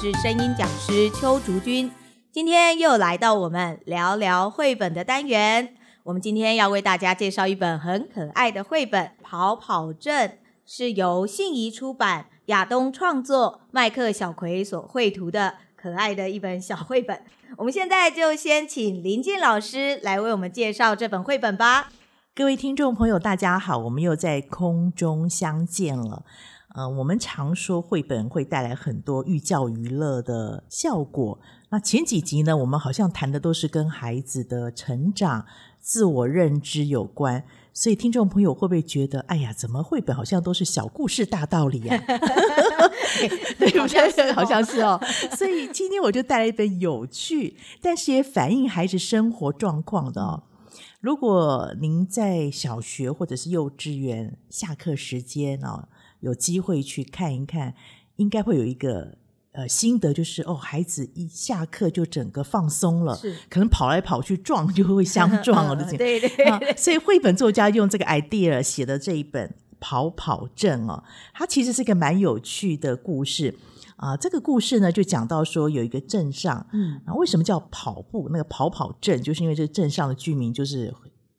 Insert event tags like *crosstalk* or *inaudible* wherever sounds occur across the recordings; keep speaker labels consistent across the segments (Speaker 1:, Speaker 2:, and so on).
Speaker 1: 是声音讲师邱竹君，今天又来到我们聊聊绘本的单元。我们今天要为大家介绍一本很可爱的绘本《跑跑镇》，是由信宜出版、亚东创作、麦克小葵所绘图的可爱的一本小绘本。我们现在就先请林静老师来为我们介绍这本绘本吧。
Speaker 2: 各位听众朋友，大家好，我们又在空中相见了。呃，我们常说绘本会带来很多寓教于乐的效果。那前几集呢，我们好像谈的都是跟孩子的成长、自我认知有关，所以听众朋友会不会觉得，哎呀，怎么绘本好像都是小故事大道理呀、啊？ *laughs* 对不对？好像是哦。所以今天我就带来一本有趣，但是也反映孩子生活状况的哦。如果您在小学或者是幼稚园下课时间哦，有机会去看一看，应该会有一个呃心得，就是哦，孩子一下课就整个放松了，
Speaker 1: 是嗯
Speaker 2: 可能跑来跑去撞就
Speaker 1: *laughs*
Speaker 2: 会相撞了，这
Speaker 1: 对对对 *laughs*
Speaker 2: 啊所以绘本作家用这个 idea 写的这一本《跑跑镇》哦，它其实是一个蛮有趣的故事啊。这个故事呢，就讲到说有一个镇上，
Speaker 1: 嗯，
Speaker 2: 啊，为什么叫跑步？那个跑跑镇，就是因为这镇上的居民就是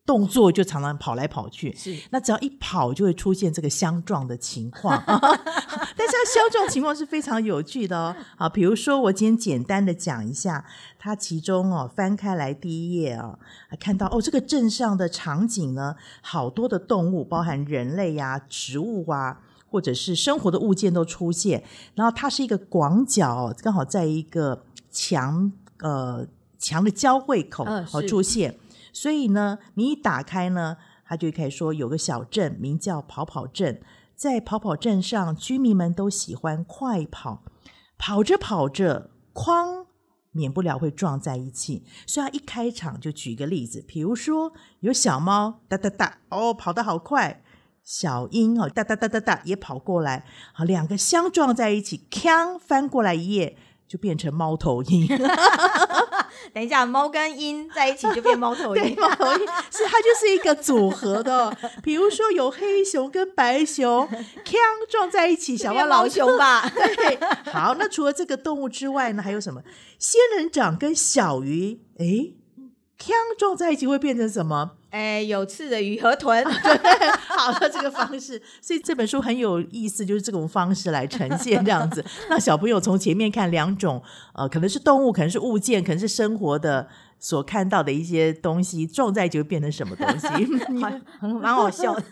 Speaker 2: 动作就常常跑来跑去。
Speaker 1: 是
Speaker 2: 那只要一跑，就会出现这个相撞的情况， *laughs* 但是它相撞情况是非常有趣的哦。啊，比如说我今天简单的讲一下，它其中哦翻开来第一页啊、哦，看到哦这个镇上的场景呢，好多的动物，包含人类呀、植物啊，或者是生活的物件都出现。然后它是一个广角，刚好在一个墙呃墙的交汇口
Speaker 1: 嗯
Speaker 2: 好
Speaker 1: 是
Speaker 2: 出现，所以呢，你一打开呢，它就可以说有个小镇名叫跑跑镇，在跑跑镇上，居民们都喜欢快跑，跑着跑着，哐。免不了会撞在一起，所以他一开场就举一个例子，比如说有小猫哒哒哒哦跑得好快，小鹰哦，哒哒哒哒哒也跑过来，好，两个相撞在一起，锵翻过来一页就变成猫头鹰，
Speaker 1: *laughs* 等一下，猫跟鹰在一起就变猫头鹰
Speaker 2: 对，，猫头鹰是它就是一个组合的哦，比如说有黑熊跟白熊，锵撞在一起，
Speaker 1: 就
Speaker 2: 小
Speaker 1: 变
Speaker 2: 猫
Speaker 1: 老
Speaker 2: 老
Speaker 1: 熊吧？ *laughs*
Speaker 2: 对，好，那除了这个动物之外呢，还有什么？仙人掌跟小鱼，诶，锵撞在一起会变成什么？
Speaker 1: 哎，有刺的鱼和豚，
Speaker 2: 啊好的这个方式， *laughs* 所以这本书很有意思，就是这种方式来呈现这样子。 *laughs* 那小朋友从前面看两种，呃，可能是动物，可能是物件，可能是生活的呃所看到的一些东西撞在一起会变成什么东西？ *laughs*
Speaker 1: 好很蛮好笑的。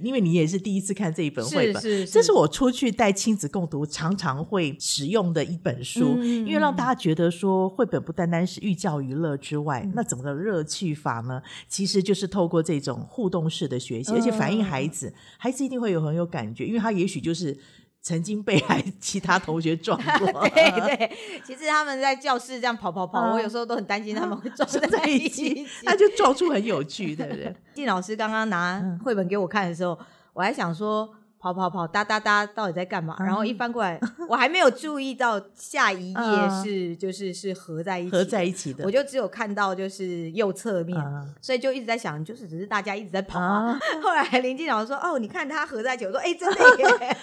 Speaker 2: 因为你也是第一次看这一本绘本，
Speaker 1: 是是
Speaker 2: 这是我出去带亲子共读常常会使用的一本书，
Speaker 1: 嗯
Speaker 2: 因为让大家觉得说绘本不单单是寓教于乐之外，
Speaker 1: 嗯
Speaker 2: 那怎么个乐趣法呢？其实就是透过这种互动式的学习，而且反
Speaker 1: 嗯
Speaker 2: 映孩子，孩子一定会有很有感觉，因为他也许就是曾经被孩其他同学撞过。
Speaker 1: *laughs* 对
Speaker 2: *laughs*
Speaker 1: 对，其实他们在教室这样跑跑跑，
Speaker 2: 嗯
Speaker 1: 我有时候都很担心他们会撞
Speaker 2: 撞
Speaker 1: 在
Speaker 2: 在
Speaker 1: 一
Speaker 2: 一
Speaker 1: 起
Speaker 2: 起。，他就撞出很有趣，对不对？
Speaker 1: 靳老师刚刚拿
Speaker 2: 嗯
Speaker 1: 绘本给我看的时候，我还想说。跑跑跑，哒哒哒，到底在干嘛？然后一翻过来，我还没有注意到下一页
Speaker 2: 嗯
Speaker 1: 是就是是合在一起的，
Speaker 2: 合在一起的
Speaker 1: 我就只有看到就是右侧面，
Speaker 2: 啊
Speaker 1: 所以就一直在想，就是只是大家一直在跑啊。
Speaker 2: 啊，
Speaker 1: *laughs* 后来林静老师说：“哦，你看它合在一起。”我说：“哎、真的
Speaker 2: *laughs*
Speaker 1: 耶！”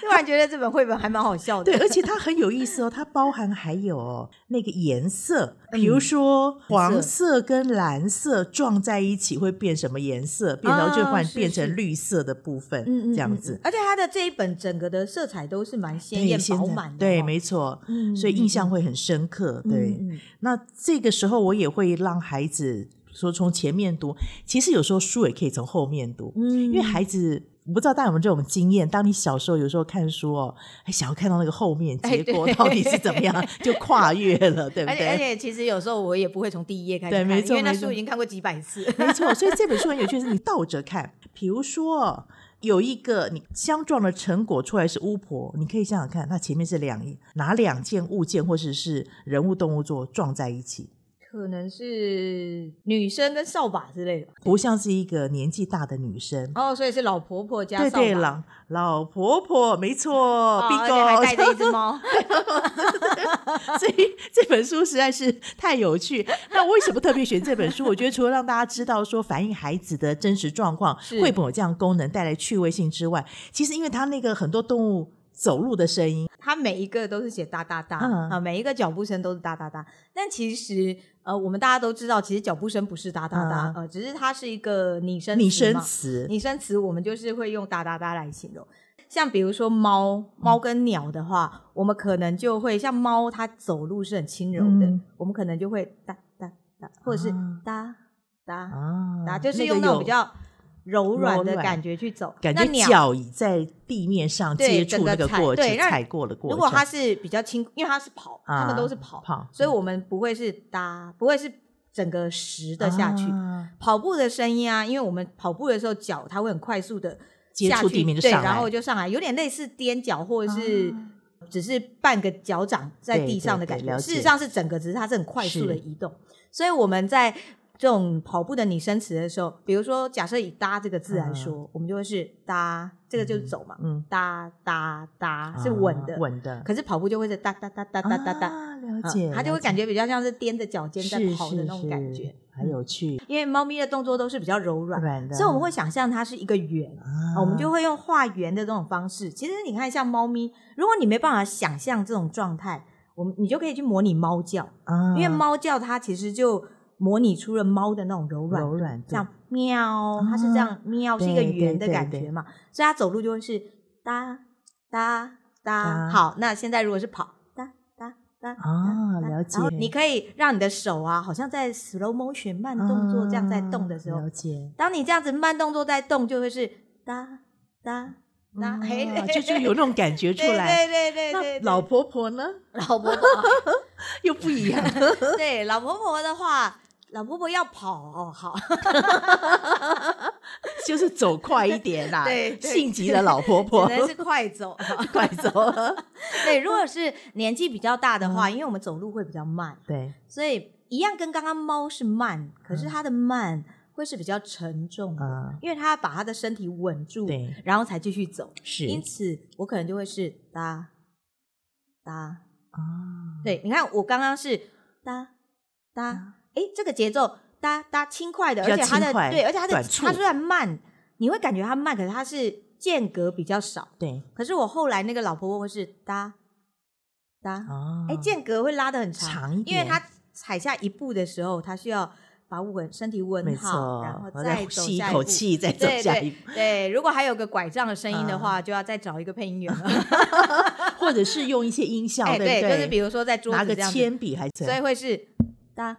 Speaker 1: 突然觉得这本绘本还蛮好笑的。
Speaker 2: 对，而且它很有意思哦，它包含还有哦那个颜色，
Speaker 1: 嗯
Speaker 2: 比如说黄色跟蓝色撞在一起会变什么颜色？变成就
Speaker 1: 啊
Speaker 2: 换
Speaker 1: 是
Speaker 2: 变
Speaker 1: 是
Speaker 2: 成绿色的部分，
Speaker 1: 嗯，嗯嗯
Speaker 2: 这样子
Speaker 1: 嗯。而且它的这一本整个的色彩都是蛮鲜
Speaker 2: 对
Speaker 1: 艳
Speaker 2: 现
Speaker 1: 饱
Speaker 2: 在
Speaker 1: 满的、
Speaker 2: 对，，没错，
Speaker 1: 嗯
Speaker 2: 所以印象会很深刻。对，
Speaker 1: 嗯嗯
Speaker 2: 那这个时候我也会让孩子说从前面读，其实有时候书也可以从后面读，
Speaker 1: 嗯，
Speaker 2: 因为孩子。我不知道大家有没有这种经验？当你小时候有时候看书哦，还想要看到那个后面
Speaker 1: 哎
Speaker 2: 结果
Speaker 1: 对
Speaker 2: 到底是怎么样，就跨越了，对不
Speaker 1: 而且而
Speaker 2: 对？
Speaker 1: 且其实有时候我也不会从第一页开始
Speaker 2: 对
Speaker 1: 看，
Speaker 2: 没
Speaker 1: 因
Speaker 2: 错
Speaker 1: 为那
Speaker 2: 没错
Speaker 1: 书已经看过几百
Speaker 2: *laughs*
Speaker 1: 次。
Speaker 2: 没错，所以这本书很有趣，是你倒着看。比如说，有一个你相撞的成果出来是巫婆，你可以想想看，它前面是两哪两件物件或者是人物、动物做撞在一起，
Speaker 1: 可能是女生跟扫把之类的吧
Speaker 2: 不像是一个年纪大的女生。
Speaker 1: 哦，所以是老婆婆加
Speaker 2: 对
Speaker 1: 扫把，
Speaker 2: 对，老老婆婆，没错
Speaker 1: 哦，而且还
Speaker 2: *laughs*
Speaker 1: 带着一
Speaker 2: ，bingo，
Speaker 1: 只猫，
Speaker 2: 所以 *laughs* 这本书实在是太有趣。那为什么特别选这本书？我觉得除了让大家知道说反映孩子的真实状况，
Speaker 1: 是
Speaker 2: 绘本有这样的功能带来趣味性之外，其实因为它那个很多动物。走路的声音，
Speaker 1: 它每一个都是写哒哒哒
Speaker 2: 嗯
Speaker 1: 啊，每一个脚步声都是哒哒哒。但其实呃，我们大家都知道，其实脚步声不是哒哒哒
Speaker 2: 嗯，
Speaker 1: 呃，只是它是一个拟声
Speaker 2: 拟
Speaker 1: 词
Speaker 2: 声
Speaker 1: 嘛
Speaker 2: 词，
Speaker 1: 拟声词我们就是会用哒哒哒来形容。像比如说猫，
Speaker 2: 嗯
Speaker 1: 猫跟鸟的话，我们可能就会像猫，它走路是很轻柔的，
Speaker 2: 嗯
Speaker 1: 我们可能就会哒哒哒，或者是
Speaker 2: 啊
Speaker 1: 哒哒
Speaker 2: 啊
Speaker 1: 哒，就是用那种比较柔软的感觉去走。
Speaker 2: 感
Speaker 1: 那
Speaker 2: 觉
Speaker 1: 鸟
Speaker 2: 脚已在地面上
Speaker 1: 对
Speaker 2: 接
Speaker 1: 整
Speaker 2: 触
Speaker 1: 个
Speaker 2: 那个
Speaker 1: 踩
Speaker 2: 过
Speaker 1: 对
Speaker 2: 程，
Speaker 1: 让
Speaker 2: 踩过的过程。
Speaker 1: 如果它是比较轻，因为它是跑，它们
Speaker 2: 啊
Speaker 1: 都是跑，
Speaker 2: 跑
Speaker 1: 所以我们不会是哒，不会是整个实的下去。
Speaker 2: 啊
Speaker 1: 跑步的声音啊，因为我们跑步的时候脚它会很快速的
Speaker 2: 接触地面就上
Speaker 1: 对，
Speaker 2: 来
Speaker 1: 然后就上来，有点类似踮脚或者是
Speaker 2: 啊
Speaker 1: 只是半个脚掌在地上的感
Speaker 2: 对
Speaker 1: 觉。
Speaker 2: 对对了解
Speaker 1: 事实上是整个，只是它是很快速的
Speaker 2: 是
Speaker 1: 移动。所以我们在这种跑步的拟声词的时候，比如说假设以“搭”这个字来说，我们就会是“搭”，这个就是走嘛，
Speaker 2: 嗯，
Speaker 1: 搭搭搭是稳的，
Speaker 2: 啊稳的，
Speaker 1: 可是跑步就会是哒哒哒哒哒哒哒，
Speaker 2: 啊了
Speaker 1: 嗯
Speaker 2: 解，
Speaker 1: 它就会感觉比较像是踮着脚尖在
Speaker 2: 是
Speaker 1: 跑
Speaker 2: 是
Speaker 1: 的那种感
Speaker 2: 是
Speaker 1: 觉。
Speaker 2: 很有趣，
Speaker 1: 因为猫咪的动作都是比较柔软，
Speaker 2: 软的，
Speaker 1: 所以我们会想象它是一个圆，啊
Speaker 2: 啊，
Speaker 1: 我们就会用画圆的这种方式。其实你看，像猫咪，如果你没办法想象这种状态，我们你就可以去模拟猫叫，
Speaker 2: 啊
Speaker 1: 因为猫叫它其实就模拟出了猫的那种柔软，
Speaker 2: 柔软度
Speaker 1: 这样喵，它是这样喵，是一个
Speaker 2: 对对
Speaker 1: 圆的
Speaker 2: 对
Speaker 1: 感
Speaker 2: 对
Speaker 1: 觉嘛，所以它走路就会是哒哒哒。
Speaker 2: 哒
Speaker 1: 好，那现在如果是跑哒哒哒哒
Speaker 2: 啊
Speaker 1: 哒
Speaker 2: 了
Speaker 1: 然后
Speaker 2: 解
Speaker 1: 你可以让你的手啊，好像在 slow motion 慢动作这样在动的时候
Speaker 2: 啊，了解。
Speaker 1: 当你这样子慢动作在动，就会是哒哒哒，嘿
Speaker 2: 啊，就就有那种感觉出
Speaker 1: 对
Speaker 2: 来。
Speaker 1: 对对对对，
Speaker 2: 那老婆婆呢，
Speaker 1: 老婆婆，
Speaker 2: *laughs* 又不一样。
Speaker 1: 对老婆婆的话，老婆婆要跑哦，
Speaker 2: *laughs*
Speaker 1: 好，
Speaker 2: 就是走快一点
Speaker 1: *laughs*
Speaker 2: 啦，
Speaker 1: 对对
Speaker 2: 性急的老婆婆
Speaker 1: 只，能是快走。
Speaker 2: 快
Speaker 1: *laughs*
Speaker 2: 走。
Speaker 1: 对，如果是年纪比较大的
Speaker 2: 嗯
Speaker 1: 话，因为我们走路会比较慢，
Speaker 2: 对，
Speaker 1: 所以一样跟刚刚猫是慢，可是它的慢会是比较沉重的，
Speaker 2: 嗯啊，
Speaker 1: 因为它把它的身体稳住，
Speaker 2: 对，
Speaker 1: 然后才继续走。
Speaker 2: 是
Speaker 1: 因此，我可能就会是哒哒。
Speaker 2: 啊，
Speaker 1: 对，你看我刚刚是哒哒，哎，这个节奏哒哒轻快的，
Speaker 2: 嗯比
Speaker 1: 而
Speaker 2: 较
Speaker 1: 且它的
Speaker 2: 轻快
Speaker 1: 对，而且它的
Speaker 2: 短促
Speaker 1: 它虽然慢，你会感觉它慢，可是它是间隔比较少。
Speaker 2: 对
Speaker 1: 可是我后来那个老婆婆会是哒哒，
Speaker 2: 啊，
Speaker 1: 哎、间隔会拉得很长，
Speaker 2: 长一
Speaker 1: 因为
Speaker 2: 点
Speaker 1: 她踩下一步的时候，她需要把稳身体稳
Speaker 2: 没
Speaker 1: 好，
Speaker 2: 错，
Speaker 1: 然后
Speaker 2: 再
Speaker 1: 走
Speaker 2: 吸一
Speaker 1: 下
Speaker 2: 口
Speaker 1: 步。
Speaker 2: 气，再 *laughs* 走
Speaker 1: 对
Speaker 2: 下一
Speaker 1: 对
Speaker 2: 步，啊
Speaker 1: 对，如果还有个拐杖的声音的话，就要再找一个配音员
Speaker 2: *laughs*
Speaker 1: 了。
Speaker 2: 或者是用一些音效，
Speaker 1: 哎，
Speaker 2: 对不对？
Speaker 1: 就是比如说在桌
Speaker 2: 拿
Speaker 1: 子
Speaker 2: 个
Speaker 1: 这样子
Speaker 2: 铅笔还是
Speaker 1: 所以会是哒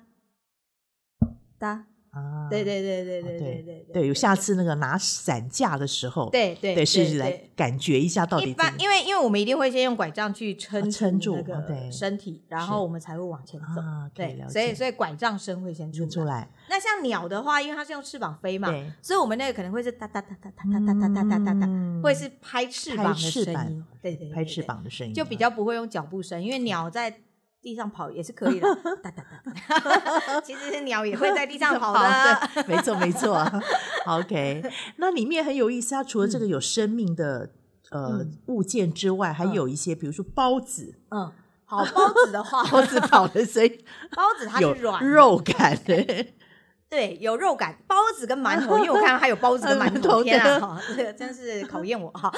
Speaker 1: 哒，
Speaker 2: 啊，
Speaker 1: 对对对对对
Speaker 2: 对
Speaker 1: 对对
Speaker 2: 对，有下次那个拿伞架的时候，
Speaker 1: 对对
Speaker 2: 对，试试来
Speaker 1: 对
Speaker 2: 感觉一下到底
Speaker 1: 一
Speaker 2: 怎
Speaker 1: 般
Speaker 2: 么
Speaker 1: 因为因为我们一定会先用拐杖去撑
Speaker 2: 啊撑住
Speaker 1: 那个
Speaker 2: ，OK
Speaker 1: 身体，然后我们才会往前走。
Speaker 2: 啊，可以
Speaker 1: 对
Speaker 2: 了，解，
Speaker 1: 所以所以拐杖声会先
Speaker 2: 认
Speaker 1: 出
Speaker 2: 出
Speaker 1: 来。
Speaker 2: 来，
Speaker 1: 那像鸟的话，因为它是用翅膀飞嘛，
Speaker 2: 对，
Speaker 1: 所以我们那个可能会是哒哒哒哒哒哒哒哒哒哒哒哒，
Speaker 2: 嗯
Speaker 1: 会是拍翅膀的声
Speaker 2: 拍翅
Speaker 1: 音
Speaker 2: 膀。
Speaker 1: 对对，对
Speaker 2: 拍翅，
Speaker 1: 对
Speaker 2: 膀的声音，啊
Speaker 1: 就比较不会用脚步声，因为鸟在地上跑也是可
Speaker 2: *laughs*
Speaker 1: 以的，哒哒哒哒。 *laughs* 其实鸟也会在地
Speaker 2: *laughs*
Speaker 1: 上跑的。 *laughs*
Speaker 2: 对，没错没错。OK，那里面很有意思啊，除了这个有生命的。呃
Speaker 1: 嗯，
Speaker 2: 物件之外，还
Speaker 1: 嗯
Speaker 2: 有一些，比如说包子，
Speaker 1: 嗯，好，包子的话，
Speaker 2: 包子跑的声音
Speaker 1: 包子 *laughs* 它是
Speaker 2: 有
Speaker 1: 软的，
Speaker 2: 肉感的，
Speaker 1: 对，有肉感。包子跟馒头，因为我看到还有包子
Speaker 2: *laughs*
Speaker 1: 跟馒
Speaker 2: 馒头
Speaker 1: 头，
Speaker 2: 的
Speaker 1: 天啊，哈这个真是考验我哈。
Speaker 2: *laughs*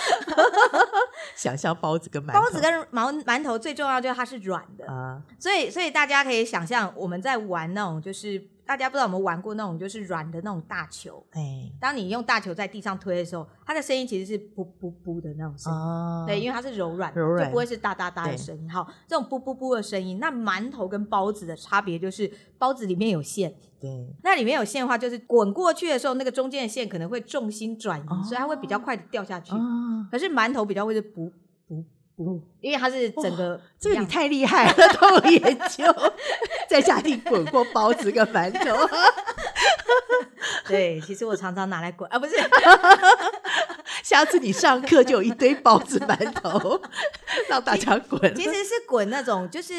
Speaker 2: 想象包子跟馒头，
Speaker 1: 包子跟馒馒头最重要就是它是软的，
Speaker 2: 啊，
Speaker 1: 所以所以大家可以想象我们在玩那种就是。大家不知道有没有玩过那种就是软的那种大球，
Speaker 2: 哎，
Speaker 1: 当你用大球在地上推的时候，它的声音其实是噗噗噗的那种声音。
Speaker 2: 哦，
Speaker 1: 对，因为它是柔软的，
Speaker 2: 柔软
Speaker 1: 就不会是哒哒哒的
Speaker 2: 对
Speaker 1: 声音。好，这种啵啵啵的声音，那馒头跟包子的差别就是包子里面有馅，
Speaker 2: 对，
Speaker 1: 那里面有馅的话，就是滚过去的时候，那个中间的馅可能会重心转移，
Speaker 2: 哦
Speaker 1: 所以它会比较快的掉下去。
Speaker 2: 啊，
Speaker 1: 可是馒头比较会是不不不，因为它是整
Speaker 2: *laughs*
Speaker 1: 个
Speaker 2: 这个
Speaker 1: 样
Speaker 2: 你
Speaker 1: 子
Speaker 2: 太厉害了，都有研
Speaker 1: *laughs*
Speaker 2: 究，在家里滚过包子跟
Speaker 1: *laughs*
Speaker 2: 馒头，
Speaker 1: 对，其实我常常拿来滚啊，
Speaker 2: *laughs*
Speaker 1: 不是
Speaker 2: 下次你上课就有一堆包子馒
Speaker 1: *laughs*
Speaker 2: 头让大家滚
Speaker 1: 其，实是滚那种，就是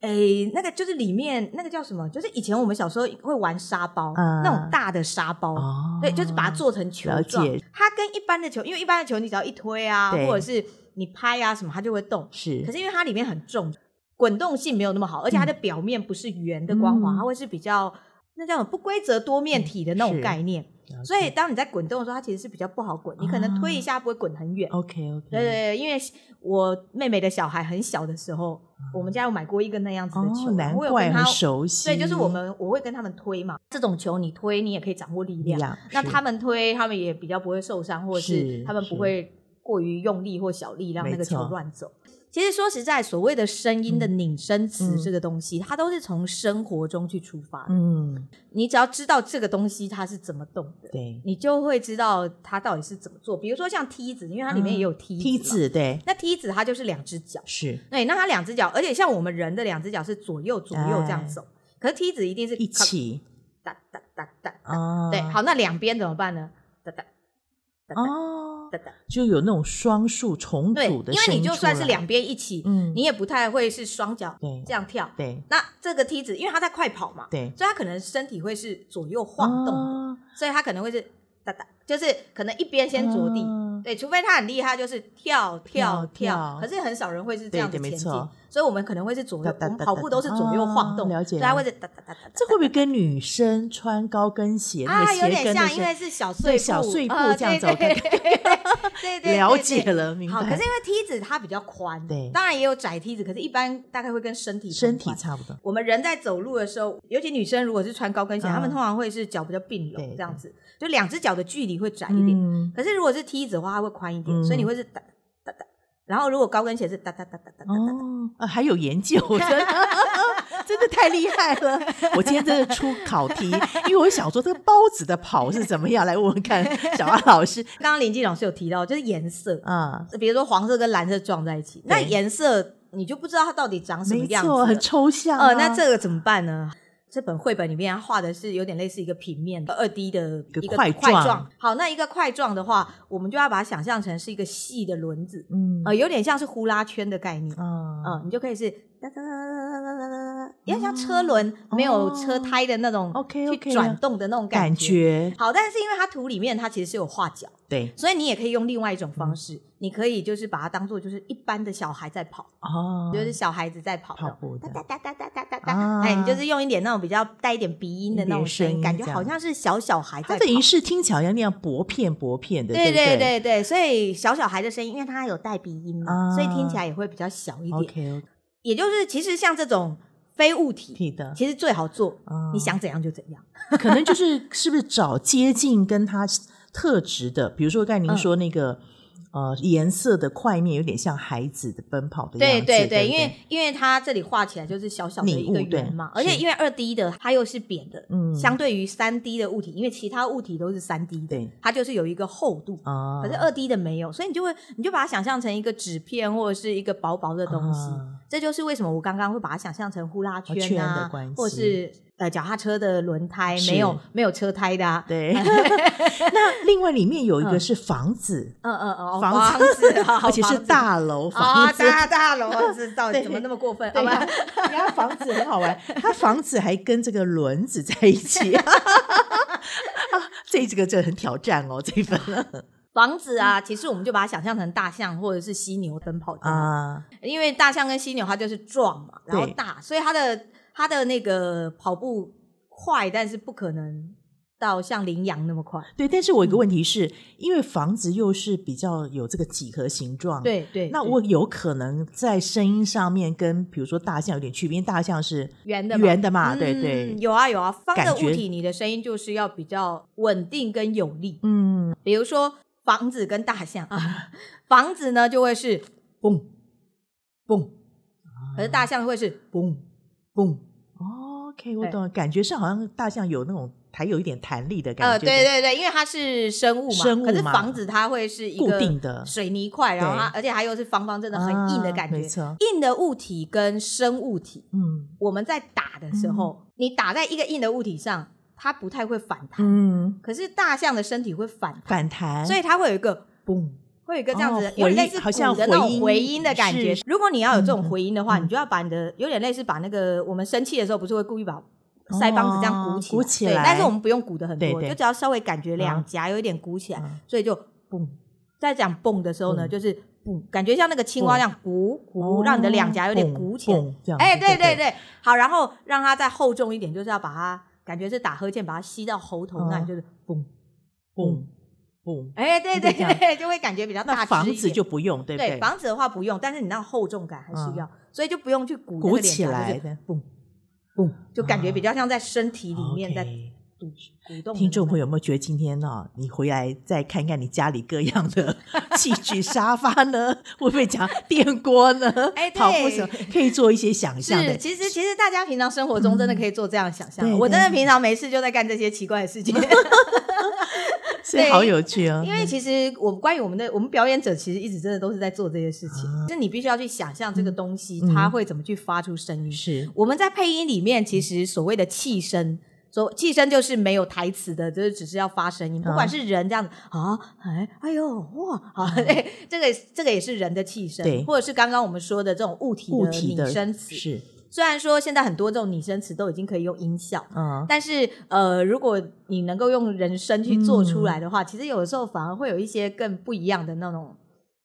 Speaker 1: 诶、那个就是里面那个叫什么，就是以前我们小时候会玩沙包，
Speaker 2: 嗯
Speaker 1: 那种大的沙包。
Speaker 2: 哦
Speaker 1: 对，就是把它做成球
Speaker 2: 了
Speaker 1: 状
Speaker 2: 解。
Speaker 1: 它跟一般的球，因为一般的球你只要一推啊，
Speaker 2: 对
Speaker 1: 或者是你拍啊什么，它就会动。
Speaker 2: 是
Speaker 1: 可是因为它里面很重，滚动性没有那么好，而且它的表面不是圆的光滑，
Speaker 2: 嗯
Speaker 1: 它会是比较那叫什么不规则多面体的那种
Speaker 2: 是
Speaker 1: 概念。
Speaker 2: 了
Speaker 1: 所
Speaker 2: 解啊
Speaker 1: 以当你在滚动的时候，它其实是比较不好滚，你可能推一下不会滚很远。
Speaker 2: OK OK，
Speaker 1: 对对对，因为我妹妹的小孩很小的时候，我们家有买过一个那样子的球，
Speaker 2: 啊哦，难
Speaker 1: 我有跟
Speaker 2: 怪
Speaker 1: 她
Speaker 2: 很熟悉，
Speaker 1: 对，就是我们我会跟他们推嘛，这种球你推你也可以掌握力
Speaker 2: 一
Speaker 1: 量，
Speaker 2: 样。
Speaker 1: 那
Speaker 2: 是
Speaker 1: 他们推他们也比较不会受伤，或者是
Speaker 2: 是
Speaker 1: 他们不会过于用力或小力让那个
Speaker 2: 没错
Speaker 1: 球乱走。其实说实在，所谓的声音的拟声词
Speaker 2: 嗯
Speaker 1: 这个东西，它都是从生活中去出发的。
Speaker 2: 嗯，
Speaker 1: 你只要知道这个东西它是怎么动的，
Speaker 2: 对，
Speaker 1: 你就会知道它到底是怎么做。比如说像梯子，因为它里面也有梯子嘛
Speaker 2: 嗯梯，子对
Speaker 1: 那梯子它就是两只脚。
Speaker 2: 是
Speaker 1: 对，那它两只脚，而且像我们人的两只脚是左右左右这样
Speaker 2: 哎
Speaker 1: 走，可是梯子一定是
Speaker 2: 一起
Speaker 1: 哒哒哒哒哒。
Speaker 2: 哦，
Speaker 1: 对，好，那两边怎么办呢？哒哒哒哒
Speaker 2: 哦，
Speaker 1: 哒哒。
Speaker 2: 就有那种双数重
Speaker 1: 对，
Speaker 2: 组的
Speaker 1: 因为
Speaker 2: 声
Speaker 1: 你
Speaker 2: 音
Speaker 1: 就
Speaker 2: 出
Speaker 1: 算是
Speaker 2: 来，
Speaker 1: 两边一起，
Speaker 2: 嗯，
Speaker 1: 你也不太会是双脚
Speaker 2: 对
Speaker 1: 这样跳。
Speaker 2: 对
Speaker 1: 那这个梯子，因为它在快跑嘛，
Speaker 2: 对
Speaker 1: 所以它可能身体会是左右晃动的，
Speaker 2: 哦
Speaker 1: 所以它可能会是哒哒，就是可能一边先着地。
Speaker 2: 哦
Speaker 1: 对，除非他很厉害，就是跳跳
Speaker 2: 跳
Speaker 1: 跳，
Speaker 2: 跳
Speaker 1: 可是很少人会是这样子
Speaker 2: 对
Speaker 1: 前
Speaker 2: 对没
Speaker 1: 进，
Speaker 2: 错
Speaker 1: 所以我们可能会是左右，
Speaker 2: 哒哒
Speaker 1: 我们
Speaker 2: 哒
Speaker 1: 跑
Speaker 2: 哒
Speaker 1: 步
Speaker 2: 哒
Speaker 1: 都是左右晃动，
Speaker 2: 哦了解
Speaker 1: 所以它
Speaker 2: 了
Speaker 1: 会是哒哒哒哒哒。
Speaker 2: 这会不会跟女生穿高跟鞋那
Speaker 1: 啊，
Speaker 2: 个
Speaker 1: 有
Speaker 2: 鞋
Speaker 1: 点
Speaker 2: 跟的
Speaker 1: 像，因
Speaker 2: 声
Speaker 1: 为
Speaker 2: 音
Speaker 1: 是小碎
Speaker 2: 对
Speaker 1: 步，
Speaker 2: 小碎步
Speaker 1: 啊
Speaker 2: 这样
Speaker 1: 对
Speaker 2: 走
Speaker 1: 对
Speaker 2: 看
Speaker 1: 对对对，
Speaker 2: *laughs* 了
Speaker 1: 对
Speaker 2: 解。了，明白？
Speaker 1: 好，可是因为梯子它比较宽，
Speaker 2: 对
Speaker 1: 当然也有窄梯子，可是一般大概会跟身体同
Speaker 2: 身体
Speaker 1: 宽
Speaker 2: 差不多，
Speaker 1: 我们人在走路的时候，尤其女生如果是穿高跟鞋，
Speaker 2: 嗯
Speaker 1: 她们通常会是脚比较并
Speaker 2: 对
Speaker 1: 拢
Speaker 2: 对
Speaker 1: 这样子，就两只脚的距离会窄一点。
Speaker 2: 嗯，
Speaker 1: 可是如果是梯子的话，它会宽一点，
Speaker 2: 嗯
Speaker 1: 所以你会是哒哒哒。然后如果高跟鞋是哒哒哒哒哒哒哒，
Speaker 2: 哦，啊还有研究，真的真的太厉害了！我今天真的出考题，因为我想说这个包子的跑是怎么样，来问问看小阿老师
Speaker 1: 刚刚林静老师有提到，就是颜色，
Speaker 2: 啊，
Speaker 1: 比如说黄色跟蓝色撞在一起，那
Speaker 2: 对
Speaker 1: 颜色你就不知道它到底长什么
Speaker 2: 没
Speaker 1: 样子了。
Speaker 2: 错，很抽象啊。
Speaker 1: 呃，那这个怎么办呢？这本绘本里面它画的是有点类似一个平面二 D 的
Speaker 2: 个
Speaker 1: 一个
Speaker 2: 块状
Speaker 1: 好，那一个块状的话，我们就要把它想象成是一个细的轮子，
Speaker 2: 嗯
Speaker 1: 呃，有点像是呼啦圈的概念。
Speaker 2: 啊
Speaker 1: 嗯，你就可以是哒哒哒哒哒哒哒哒，有点像车轮没有车胎的那种
Speaker 2: OK，OK，
Speaker 1: 去转动的那种
Speaker 2: 哦感
Speaker 1: 觉。
Speaker 2: 觉
Speaker 1: 好，但是因为它图里面它其实是有画脚，
Speaker 2: 对
Speaker 1: 所以你也可以用另外一种方式，你可以就是把它当做就是一般的小孩在跑，
Speaker 2: 哦，
Speaker 1: 就是小孩子在跑那
Speaker 2: 跑
Speaker 1: 种
Speaker 2: 步的
Speaker 1: 哒哒哒哒哒哒哒，
Speaker 2: 啊
Speaker 1: 哎，你就是用一点那种比较带一点鼻音的那种声音，
Speaker 2: 一点声
Speaker 1: 感
Speaker 2: 音
Speaker 1: 觉
Speaker 2: 这样
Speaker 1: 好像是小小孩在
Speaker 2: 它
Speaker 1: 跑
Speaker 2: 等。于是听起来好像那样薄片薄片的，
Speaker 1: 对
Speaker 2: 对
Speaker 1: 对
Speaker 2: 不
Speaker 1: 对对，所以小小孩的声音，因为它有带鼻音嘛，
Speaker 2: 啊
Speaker 1: 所以听起来也会比较小一点。
Speaker 2: ，OK OK
Speaker 1: 也就是，其实像这种非物体，
Speaker 2: 的，
Speaker 1: 其实最好做，
Speaker 2: 啊
Speaker 1: 你想怎样就怎样。
Speaker 2: 可能就是 *laughs* 是不是找接近跟它特质的，比如说刚才
Speaker 1: 嗯
Speaker 2: 您说那个、呃颜色的块面有点像孩子的奔跑的样
Speaker 1: 对
Speaker 2: 子，
Speaker 1: 对
Speaker 2: 对不
Speaker 1: 因为因为它这里画起来就是小小的一个
Speaker 2: 拟物对
Speaker 1: 圆嘛，
Speaker 2: 是
Speaker 1: 而且因为二 D 的它又是扁的，
Speaker 2: 嗯
Speaker 1: 相对于三 D 的物体，因为其他物体都是三 D 的
Speaker 2: 对，
Speaker 1: 它就是有一个厚度。
Speaker 2: 啊，
Speaker 1: 可是二 D 的没有，所以你就会你就把它想象成一个纸片或者是一个薄薄的东西，
Speaker 2: 啊
Speaker 1: 这就是为什么我刚刚会把它想象成呼啦圈
Speaker 2: 哦圈
Speaker 1: 啊，
Speaker 2: 的关系
Speaker 1: 或是呃脚踏车的轮胎
Speaker 2: 是
Speaker 1: 没有没有车胎的、啊， *laughs*
Speaker 2: 对，那另外里面有一个
Speaker 1: 嗯
Speaker 2: 是房子，
Speaker 1: 嗯嗯嗯，哦
Speaker 2: 房
Speaker 1: 房
Speaker 2: 子 *laughs*
Speaker 1: 子， *laughs* 好
Speaker 2: 而且是
Speaker 1: 房子
Speaker 2: 大楼
Speaker 1: 啊、
Speaker 2: 房子。
Speaker 1: 大大楼啊，这到底
Speaker 2: 对
Speaker 1: 怎么那么过分？好
Speaker 2: 对，
Speaker 1: 吧
Speaker 2: 他，他房子很好玩，他房子还跟这个轮子在一起， *laughs* 啊这这个这很挑战哦，这一份
Speaker 1: 房子啊，其实我们就把它想象成大象或者是犀牛奔跑的
Speaker 2: 啊，
Speaker 1: 因为大象跟犀牛它就是壮嘛，然后
Speaker 2: 对
Speaker 1: 大，所以它的它的那个跑步快，但是不可能到像羚羊那么快。
Speaker 2: 对，但是我有
Speaker 1: 嗯
Speaker 2: 一个问题是，因为房子又是比较有这个几何形状，，
Speaker 1: 对对，
Speaker 2: 那
Speaker 1: 对
Speaker 2: 我有可能在声音上面跟比如说大象有点区别，因为大象是
Speaker 1: 圆的嘛
Speaker 2: 圆的嘛，对
Speaker 1: 嗯
Speaker 2: 对，
Speaker 1: 有啊有啊，方的
Speaker 2: 感
Speaker 1: 物
Speaker 2: 觉
Speaker 1: 体你的声音就是要比较稳定跟有力，
Speaker 2: 嗯，
Speaker 1: 比如说房子跟大象啊，房子呢就会是
Speaker 2: 嘣嘣
Speaker 1: 可是大象会是
Speaker 2: 嘣嘣，OK，我
Speaker 1: 对
Speaker 2: 懂了，感觉上好像大象有那种还有一点弹力的
Speaker 1: 呃，
Speaker 2: 感觉，
Speaker 1: 对，对对，因为它是生物嘛，
Speaker 2: 生物
Speaker 1: 可是
Speaker 2: 嘛
Speaker 1: 房子它会是一
Speaker 2: 固
Speaker 1: 个
Speaker 2: 定的
Speaker 1: 水泥块，然后它
Speaker 2: 对
Speaker 1: 而且它又是方方正正很硬的感
Speaker 2: 啊
Speaker 1: 觉
Speaker 2: 没。错，
Speaker 1: 硬的物体跟生物体，
Speaker 2: 嗯
Speaker 1: 我们在打的时候，你打在一个硬的物体上，它不太会反弹，
Speaker 2: 嗯，
Speaker 1: 可是大象的身体会反弹，
Speaker 2: 反弹，
Speaker 1: 所以它会有一个。
Speaker 2: 嘣，
Speaker 1: 会有一个这样子的，
Speaker 2: 哦
Speaker 1: 有点类
Speaker 2: 回
Speaker 1: 似
Speaker 2: 好像
Speaker 1: 鼓的那种
Speaker 2: 回音
Speaker 1: 回音的感觉
Speaker 2: 是。
Speaker 1: 如果你要有这种
Speaker 2: 嗯
Speaker 1: 回音的话，
Speaker 2: 嗯
Speaker 1: 你就要把你的有点类似把那个我们生气的时候，不是会故意把腮帮子这样鼓起来？
Speaker 2: 哦鼓起
Speaker 1: 对
Speaker 2: 来
Speaker 1: 但是我们不用鼓的很多，
Speaker 2: 对对
Speaker 1: 就只要稍微感觉两
Speaker 2: 嗯
Speaker 1: 颊有一点鼓起来，
Speaker 2: 嗯
Speaker 1: 所以就
Speaker 2: 嘣，
Speaker 1: 在讲蹦的时候呢，
Speaker 2: 嗯
Speaker 1: 就是蹦，感觉像那个青蛙这样鼓鼓，让你的两颊有点鼓起来。
Speaker 2: 哦嘣，嘣这样子，
Speaker 1: 哎，对
Speaker 2: 对
Speaker 1: 对，对，好，然后让它再厚重一点，就是要把它感觉是打呵欠，把它吸到喉头那里，
Speaker 2: 嗯
Speaker 1: 就是嘣。
Speaker 2: 嘣嘣。
Speaker 1: 哎，对对
Speaker 2: 对这样
Speaker 1: 对，就会感觉比较大
Speaker 2: 那
Speaker 1: 只
Speaker 2: 房
Speaker 1: 一
Speaker 2: 子
Speaker 1: 点
Speaker 2: 就不用，对不嗯
Speaker 1: 对房子的话不用，但是你那种厚重感还是要，所以就不用去鼓那
Speaker 2: 鼓
Speaker 1: 个脸
Speaker 2: 起
Speaker 1: 颊
Speaker 2: 来
Speaker 1: 就是
Speaker 2: 的
Speaker 1: 嘣嘣，就感觉
Speaker 2: 啊
Speaker 1: 比较像在身体里面在
Speaker 2: 哦 OK
Speaker 1: 鼓鼓动。
Speaker 2: 听众朋
Speaker 1: 友，
Speaker 2: 友有没有觉得今天呢、你回来再看看你家里各样
Speaker 1: *laughs*
Speaker 2: 的 *laughs* 器具、沙发呢，会不会讲电锅呢？
Speaker 1: *laughs* 哎对
Speaker 2: 跑步什么可以做一些想象
Speaker 1: 是
Speaker 2: 的。嗯
Speaker 1: 其实其实大家平常生活中真的可以做这样的想象，
Speaker 2: 对
Speaker 1: 我真的
Speaker 2: 对
Speaker 1: 平常没事就在干这些奇怪的事情。
Speaker 2: 所以
Speaker 1: 对
Speaker 2: 好有趣哦。
Speaker 1: 因为其实我们关于我们的我们表演者，其实一直真的都是在做这些事情，就是你必须要去想象这个东西、
Speaker 2: 啊嗯
Speaker 1: 它会怎么去发出声音。
Speaker 2: 是嗯
Speaker 1: 我们在配音里面，其实所谓的气声，所气声就是没有台词的，就是只是要发声音，不管是人这样子啊，哎哎呦哇啊，对， *laughs* 这个这个也是人的气
Speaker 2: 嗯对
Speaker 1: 声，或者是刚刚我们说的这种物体
Speaker 2: 物
Speaker 1: 的
Speaker 2: 体
Speaker 1: 拟
Speaker 2: 的，
Speaker 1: 声词。
Speaker 2: 是
Speaker 1: 虽然说现在很多这种拟声词都已经可以用音效，
Speaker 2: 嗯，
Speaker 1: 但是呃，如果你能够用人声去做出
Speaker 2: 嗯
Speaker 1: 来的话，其实有的时候反而会有一些更不一样的那种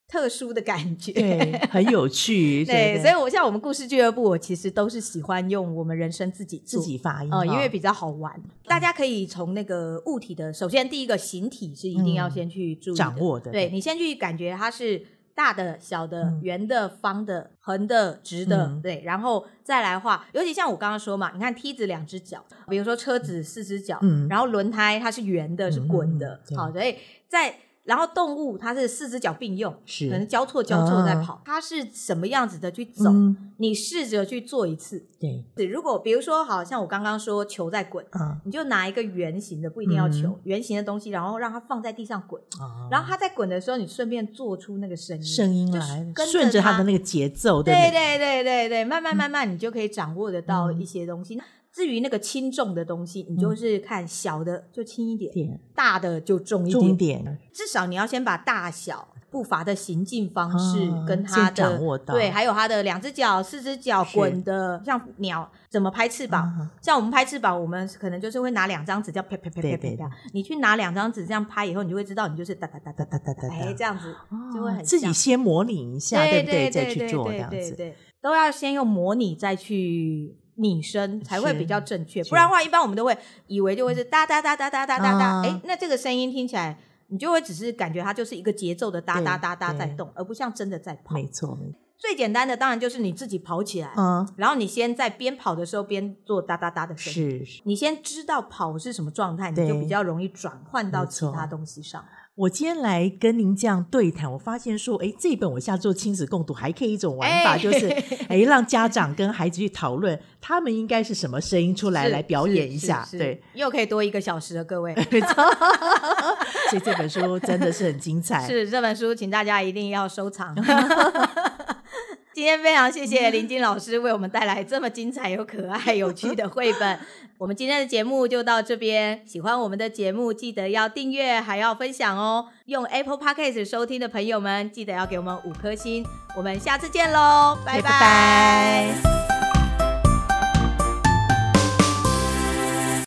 Speaker 1: 特殊的感 *laughs* 觉。
Speaker 2: 对，很
Speaker 1: *laughs*
Speaker 2: 有趣。
Speaker 1: 对
Speaker 2: 对，
Speaker 1: 所以我像我们故事俱乐部，我其实都是喜欢用我们人声自己做
Speaker 2: 自己发音
Speaker 1: 呃，因为
Speaker 2: 哦
Speaker 1: 比较好玩。大家可以从那个物体的，首先第一个形体是一定要先去注意的、
Speaker 2: 嗯掌握的
Speaker 1: 对你先去感觉它是大的、小的、
Speaker 2: 嗯
Speaker 1: 圆的、方的、横的、直的，
Speaker 2: 嗯
Speaker 1: 对，然后再来画。尤其像我刚刚说嘛，你看梯子两只脚，比如说车子四只脚，
Speaker 2: 嗯
Speaker 1: 然后轮胎它是圆的，是滚的
Speaker 2: 嗯，嗯嗯
Speaker 1: 好，所以在然后动物它是四只脚并用，
Speaker 2: 是
Speaker 1: 可能交错交错在
Speaker 2: 啊
Speaker 1: 跑，它是什么样子的去走，
Speaker 2: 嗯
Speaker 1: 你试着去做一次。
Speaker 2: 对，
Speaker 1: 对，如果比如说，好像我刚刚说球在滚，
Speaker 2: 嗯
Speaker 1: 你就拿一个圆形的，不一定要球，圆形的东西，然后让它放在地上滚，
Speaker 2: 啊
Speaker 1: 然后它在滚的时候，你顺便做出那个声音，
Speaker 2: 声音
Speaker 1: 就
Speaker 2: 来，
Speaker 1: 跟
Speaker 2: 顺着
Speaker 1: 着
Speaker 2: 它的那
Speaker 1: 个，
Speaker 2: 个节奏，
Speaker 1: 对
Speaker 2: 不对？嗯
Speaker 1: 对对对对，慢慢慢慢，你就可以掌握得到一些东西。至于那个轻重的东西，你就是看小的就轻一点，
Speaker 2: 点
Speaker 1: 大的就重一
Speaker 2: 重
Speaker 1: 点，
Speaker 2: 点
Speaker 1: 至少你要先把大小。步伐的行进方式
Speaker 2: 啊
Speaker 1: 跟
Speaker 2: 先
Speaker 1: 它的、
Speaker 2: 掌握到
Speaker 1: 对，还有它的两只脚、四只脚
Speaker 2: 是
Speaker 1: 滚的，像鸟怎么拍翅膀，
Speaker 2: 啊
Speaker 1: 像我们拍翅膀，我们可能就是会拿两张纸这样啪啪啪啪
Speaker 2: 对对
Speaker 1: 啪啪，你去拿两张纸这样拍以后，你就会知道你就是哒哒哒哒
Speaker 2: 哒
Speaker 1: 哒，
Speaker 2: 哒哒哒哒，
Speaker 1: 哎，这样子就会
Speaker 2: 哦
Speaker 1: 很
Speaker 2: 自己
Speaker 1: 像
Speaker 2: 先模拟一下，
Speaker 1: 对
Speaker 2: 不
Speaker 1: 对
Speaker 2: 再
Speaker 1: 对
Speaker 2: 去
Speaker 1: 对
Speaker 2: 做这
Speaker 1: 对
Speaker 2: 样
Speaker 1: 对
Speaker 2: 子。
Speaker 1: 对，都要先用模拟再去拟声才会
Speaker 2: 是
Speaker 1: 比较正确，
Speaker 2: 是
Speaker 1: 不然的话，一般我们都会以为就会是哒哒哒哒哒哒哒哒，
Speaker 2: 嗯啊
Speaker 1: 哎，那这个声音听起来你就会只是感觉它就是一个节奏的哒哒哒哒
Speaker 2: 对
Speaker 1: 在
Speaker 2: 对
Speaker 1: 动，而不像真的在跑。
Speaker 2: 没错，没错
Speaker 1: 最简单的当然就是你自己跑起来，
Speaker 2: 啊，
Speaker 1: 然后你先在边跑的时候边做哒哒哒的声音。
Speaker 2: 是是
Speaker 1: 你先知道跑是什么状态，你
Speaker 2: 对
Speaker 1: 就比较容易转换到其
Speaker 2: 没错
Speaker 1: 他东西上。
Speaker 2: 我今天来跟您这样对谈，我发现说，哎，这本我下做亲子共读，还可以一种玩法，
Speaker 1: 哎 *laughs*
Speaker 2: 就是哎，让家长跟孩子去讨论，他们应该是什么声音出来
Speaker 1: 是
Speaker 2: 来表演一下，，
Speaker 1: 是是。
Speaker 2: 对
Speaker 1: 是又可以多一个小时了，各
Speaker 2: *laughs*
Speaker 1: 位。
Speaker 2: 所以这本书真的是很精彩，
Speaker 1: *laughs* 是这本书，请大家一定要收藏。 *laughs* 今天非常谢谢林金老师为我们带来这么精彩又可爱、有趣的绘本。我们今天的节目就到这边，喜欢我们的节目，记得要订阅，还要分享哦。用 Apple Podcast 收听的朋友们，记得要给我们五颗星。我们下次见喽，拜
Speaker 2: 拜
Speaker 1: 拜